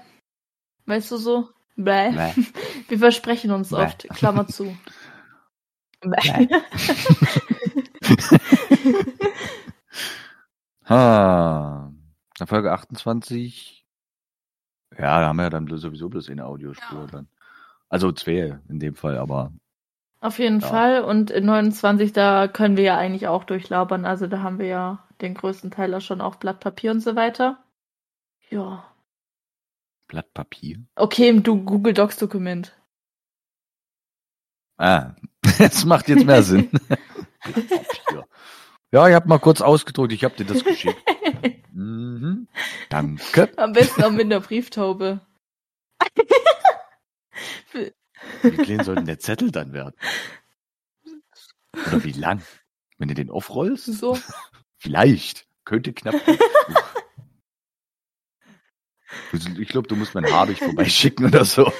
weißt du so? Bläh.
Bäh.
<laughs> Wir versprechen uns
Bäh.
oft, Klammer zu.
Bäh. Ha. Dann Folge 28. Ja, da haben wir ja dann sowieso bloß eine Audiospur
Ja.
dann. Also zwei in dem Fall, aber
<laughs> Auf jeden
Ja.
Fall. Und in 29, da können wir ja eigentlich auch durchlabern. Also da haben wir ja den größten Teil auch schon auf Blatt Papier und so weiter. Ja.
Blatt Papier.
Okay, im Du- Google Docs Dokument.
Ah, <laughs> das macht jetzt mehr Sinn. Papier. <laughs> Ja, ich habe mal kurz ausgedruckt, ich habe dir das <laughs> geschickt. Mhm. Danke.
Am besten auch mit einer Brieftaube.
Wie klein soll denn der Zettel dann werden? Oder wie lang? Wenn du den aufrollst?
So.
Vielleicht. Könnte knapp. werden. Also, Ich glaube, du musst mein Habicht vorbeischicken oder <laughs> so.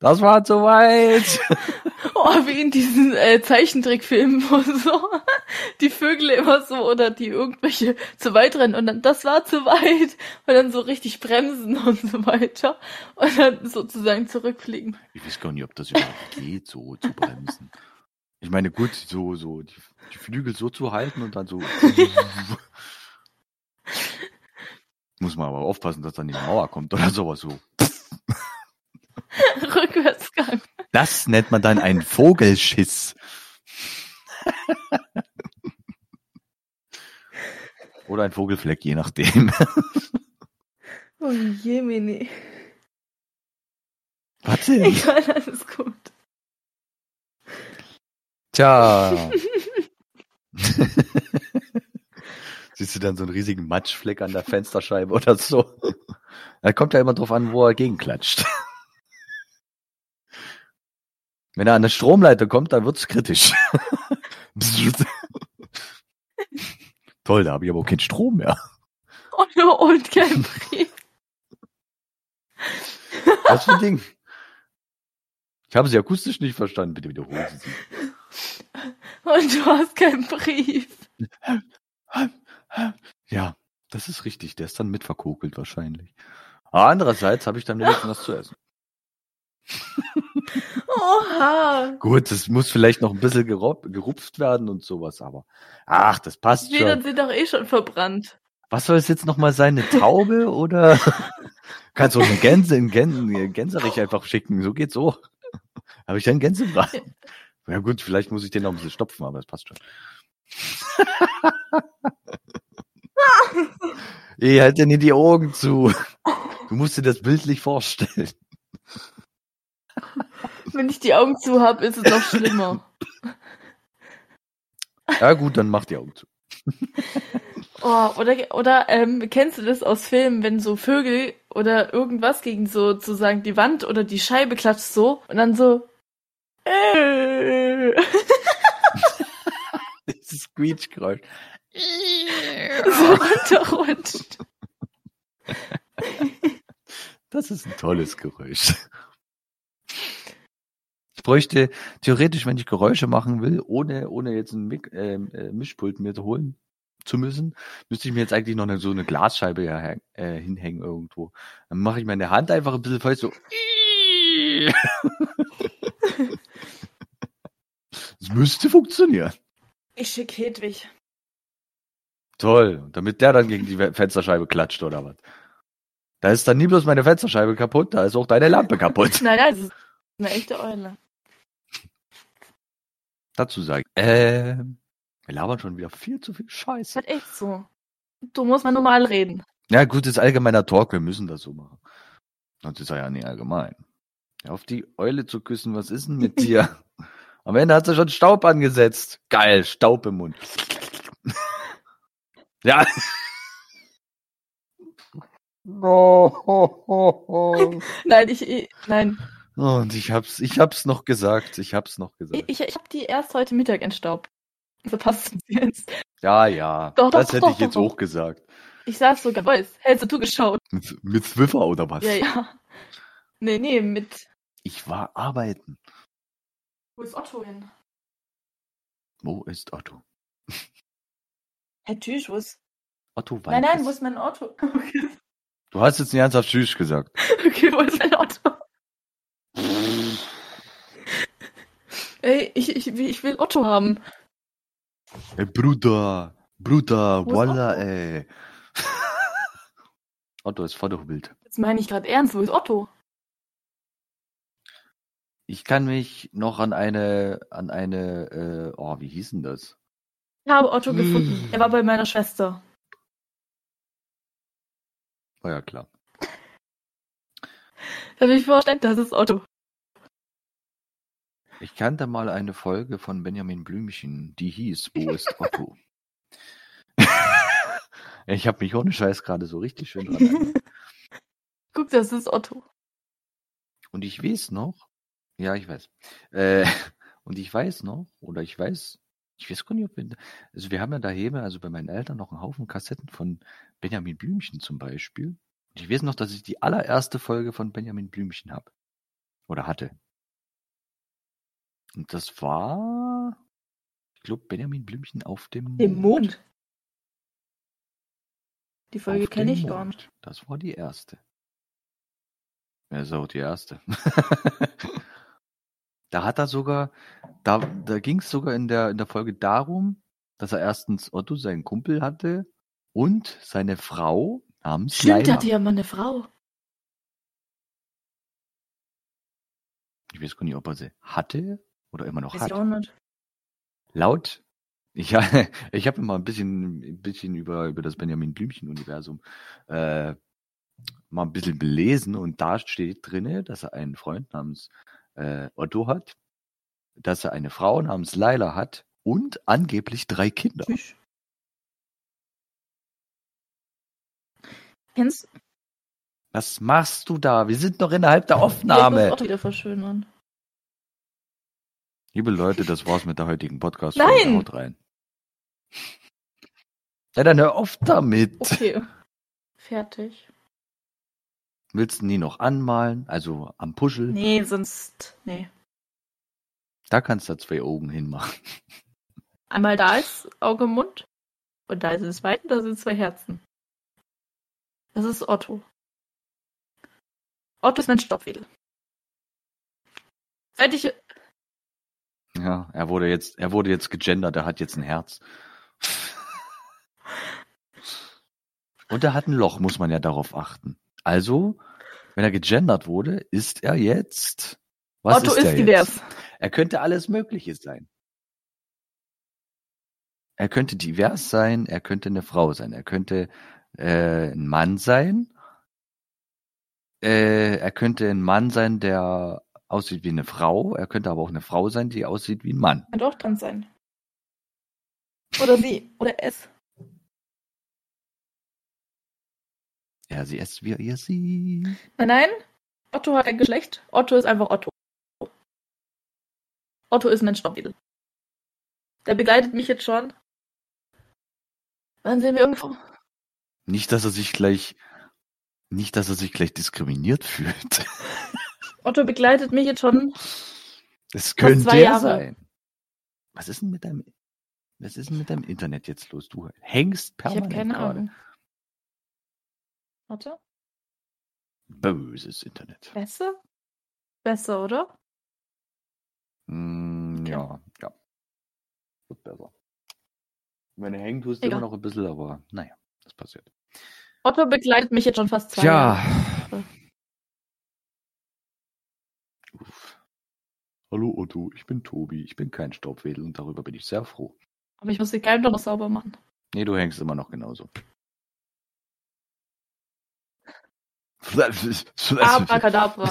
Das war soweit.
Oh, wie in diesen äh, Zeichentrickfilmen, wo so <laughs> die Vögel immer so oder die irgendwelche zu weit rennen und dann das war zu weit und dann so richtig bremsen und so weiter und dann sozusagen zurückfliegen. <laughs>
Ich weiß gar nicht, ob das überhaupt geht, so zu bremsen. Ich meine, gut, so, so, die, die Flügel so zu halten und dann so. Muss man aber aufpassen, dass dann die Mauer kommt oder sowas so.
Rückwärtsgang.
Das nennt man dann einen Vogelschiss. Oder ein Vogelfleck, je nachdem. <laughs>
Oh je, Mini.
Was denn?
<laughs> Egal, alles gut.
Tja. <laughs> Siehst du dann so einen riesigen Matschfleck an der Fensterscheibe oder so? Da kommt ja immer drauf an, wo er gegenklatscht. Wenn er an eine Stromleiter kommt, dann wird's kritisch. <laughs> Toll, da habe ich aber auch keinen Strom mehr.
Und, und kein Brief.
Was für ein Ding? Ich habe sie akustisch nicht verstanden. Bitte wiederholen Sie sie.
Und du hast keinen Brief.
Ja, das ist richtig. Der ist dann mitverkokelt wahrscheinlich. Aber andererseits habe ich dann wenigstens was zu essen.
Oha.
Gut, das muss vielleicht noch ein bisschen gerob, gerupft werden und sowas, aber ach, das passt
Die dann
schon.
sind doch eh schon verbrannt.
Was soll es jetzt nochmal sein? Eine Taube <laughs> oder kannst du auch eine Gänse in Gänse, einen Gänserich einfach schicken? So geht's auch. Habe ich dann Gänsebraten? <laughs> Ja gut, vielleicht muss ich den noch ein bisschen stopfen, aber das passt schon. <laughs> Ey, halt dir nicht die Augen <laughs> zu. Du musst dir das bildlich vorstellen.
Wenn ich die Augen zu habe, ist es noch schlimmer.
Ja gut, dann mach die Augen <laughs> zu.
Oh, oder oder ähm, kennst du das aus Filmen, wenn so Vögel oder irgendwas gegen so sozusagen die Wand oder die Scheibe klatscht so und dann so äh, <laughs>
Dieses Quietschgeräusch.
so runterrutscht.
Das ist ein tolles Geräusch. Ich bräuchte theoretisch, wenn ich Geräusche machen will, ohne, ohne jetzt ein Mik ähm, äh, Mischpult mir holen zu müssen, müsste ich mir jetzt eigentlich noch eine, so eine Glasscheibe ja, häng- äh, hinhängen irgendwo. Dann mache ich meine Hand einfach ein bisschen feucht so. Es müsste funktionieren.
Ich schick Hedwig.
Toll. Und Damit der dann gegen die We- Fensterscheibe klatscht oder was. Da ist dann nie bloß meine Fensterscheibe kaputt, da ist auch deine Lampe
<laughs>
kaputt.
Nein, nein, das ist eine echte Eule.
dazu sagen. Ähm, wir labern schon wieder viel zu viel
Ist
Scheiße.
halt echt so. Du musst mal normal reden.
Ja, gut, das ist allgemeiner Talk, wir müssen das so machen. Sonst ist er ja nicht allgemein. Ja, Auf die Eule zu küssen, was ist denn
<laughs>
mit dir? Am Ende hat sie schon Staub angesetzt. Geil, Staub im Mund. <laughs> ja.
<laughs>
Nein, ich, ich nein,
Oh, Und ich hab's, ich hab's noch gesagt, ich hab's noch
ich,
gesagt.
ich, ich habe die erst heute Mittag entstaubt. Also Verpasst du sie jetzt?
Ja, ja,
Doch,
das
doch,
hätte ich
doch,
jetzt
doch.
auch gesagt.
Ich saß sogar, Boys, hältst du zugeschaut?
Mit, mit Swiffer oder was?
Ja, ja. Nee, nee, mit.
Ich war arbeiten.
Wo ist Otto hin?
Wo ist Otto?
Herr Tüsch, wo ist.
Otto
Nein,
Walkes.
nein, wo ist mein Otto? Okay,
Du hast jetzt nicht ernsthaft Tschüss gesagt.
<laughs> okay wo ist mein
<laughs>
Otto? Ey, ich, ich, ich will Otto haben.
Ey, Bruder, Bruder,
Wo ist
voila,
Otto?
ey. <laughs> Otto ist Vorderbild.
Jetzt meine ich gerade ernst, wo ist Otto?
Ich kann mich noch an eine, an eine, äh, oh, wie hieß denn das?
Ich habe Otto
Hm.
gefunden. Er war bei meiner Schwester.
War Oh ja klar.
Da bin ich vorstellen, das ist Otto.
Ich kannte mal eine Folge von Benjamin Blümchen, die hieß Wo ist
<laughs>
Otto? ich habe mich ohne Scheiß gerade so richtig schön dran erinnert.
Guck, das ist Otto.
Und ich weiß noch, ja, ich weiß. Äh, <laughs> und ich weiß noch, oder ich weiß, ich weiß gar nicht, ob wir, also wir haben ja daheim, also bei meinen Eltern noch einen Haufen Kassetten von Benjamin Blümchen zum Beispiel. Und ich weiß noch, dass ich die allererste Folge von Benjamin Blümchen habe. Oder hatte. Und das war, ich glaube, Benjamin Blümchen auf dem
Im Mond. Hm. Die
Auf
Folge kenne
dem
ich gar
Mond.
nicht.
Das war die erste. Ja, ist auch die
<laughs>
erste. da hat er sogar, da, da ging es sogar in der, in der Folge darum, dass er erstens Otto seinen Kumpel hatte und seine Frau namens
Stimmt,
Leila.
hatte ja mal eine Frau.
Ich weiß gar nicht, ob er sie hatte oder immer noch
Weiß
hat.
ich auch nicht.
laut. Ich, <laughs> ich habe mal ein bisschen, ein bisschen über, über das Benjamin Blümchen-Universum äh, mal ein bisschen belesen und da steht drinne, dass er einen Freund namens äh, Otto hat, dass er eine Frau namens Laila hat und angeblich drei Kinder.
Tschüss. Kennst du?
Was machst du da? Wir sind noch innerhalb der
Jetzt <laughs>
Aufnahme.
muss Otto wieder verschönern.
Liebe Leute, das war's mit der heutigen podcast
Nein!
Haut rein. Ja, dann hör auf damit.
<laughs> Okay. Fertig.
Willst du ihn noch anmalen? Also am Puschel?
Nee, sonst. Nee.
Da kannst du zwei Augen hinmachen. <laughs>
Einmal da ist Auge, Mund. Und da ist es weit und da sind zwei Herzen. Das ist Otto. Otto ist mein Stoffwedel. Seit ich.
Ja, er wurde jetzt, er wurde jetzt gegendert, er hat jetzt ein Herz. <laughs> Und er hat ein Loch, muss man ja darauf achten. Also, wenn er gegendert wurde, ist er jetzt. Was
Otto
ist, er
ist divers.
Jetzt? Er könnte alles Mögliche sein. Er könnte divers sein, er könnte eine Frau sein, er könnte äh, ein Mann sein. Äh, er könnte ein Mann sein, der aussieht wie eine Frau. Er könnte aber auch eine Frau sein, die aussieht wie ein Mann.
Kann doch dran sein. Oder sie. Oder es.
Ja, sie ist wie ihr sie.
Nein, Äh, nein. Otto hat ein Geschlecht. Otto ist einfach Otto. Otto ist mein Stoffwedel. Der begleitet mich jetzt schon. Wann sind wir irgendwo?
Nicht, dass er sich gleich, nicht, dass er sich gleich diskriminiert <laughs> fühlt.
Otto begleitet mich jetzt schon.
Das könnte
zwei
er
Jahre.
sein. Was ist denn mit deinem, was ist denn mit deinem Internet jetzt los? Du hängst
Ich habe
permanent
keine
gerade.
Ahnung. Warte.
Böses Internet.
Besser? Besser, oder?
Mm, ja, ja. Wird besser. Meine hängen tust
Egal.
immer noch ein bisschen, aber naja, das passiert.
Otto begleitet mich jetzt schon fast zwei Jahre.
Tja. Uff. Hallo Otto, ich bin Tobi, ich bin kein Staubwedel und darüber bin ich sehr froh.
Aber ich muss die Keime doch noch sauber machen.
Nee, du hängst immer noch genauso.
Abracadabra.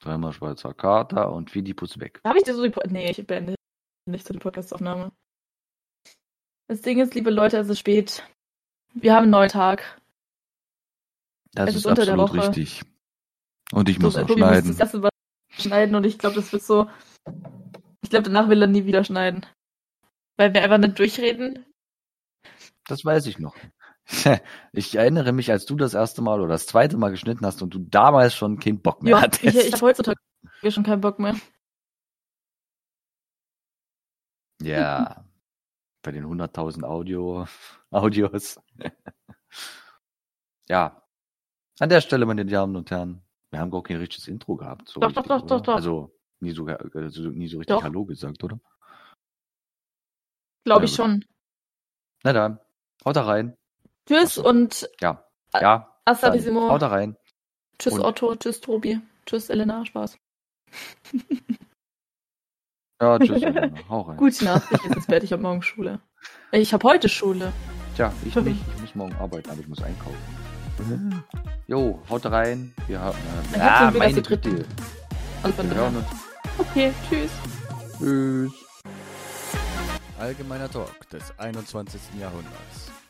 Dreimal Schweizer Kater und Fidipus weg.
Habe ich dir so die... Po- Nee, ich beende nicht so die Podcast-Aufnahme. Das Ding ist, liebe Leute, es ist spät. Wir haben einen neuen Tag.
Das
Es
ist,
ist unter der
absolut
Woche.
richtig. Und ich muss
So,
auch
Tobi muss
schneiden.
das erste Mal schneiden und ich glaube, das wird so... Ich glaube, danach will er nie wieder schneiden. Weil wir einfach nicht durchreden.
Das weiß ich noch. <laughs> Ich erinnere mich, als du das erste Mal oder das zweite Mal geschnitten hast und du damals schon keinen Bock mehr
Ja, ich,
hattest.
ich habe heutzutage schon keinen Bock mehr.
Ja. Bei den 100.000 Audio, <laughs> Audios. <laughs> ja. An der Stelle, meine Damen und Herren, wir haben gar kein richtiges Intro gehabt. So
Doch, doch, doch,
oder?
doch, doch.
Also nie so, also nie so richtig
Doch.
Hallo gesagt, oder?
Glaube
Ja,
ich
gut.
schon.
Na dann, haut da rein.
Tschüss
Ach so.
und
Ja.
Ä-
Ja.
hasta
Dann, haut
Bissimo.
da rein.
Tschüss
und-
Otto, tschüss Tobi, tschüss Elena, Spaß.
Ja,
<laughs>
tschüss. Elena. Hau rein.
Gute Nacht, ich gehe jetzt ins Bett, ich habe morgen Schule. Ich habe heute Schule.
Tja, ich nicht. Ich muss morgen arbeiten, aber ich muss
<laughs>
einkaufen. Jo, haut rein. Wir haben. Äh,
Ich hab so ein Bild, dass
meine
wir dritte-
Güte.
Also von
Wir
daher.
hören uns.
Okay, tschüss.
Tschüss. Allgemeiner Talk des 21. Jahrhunderts.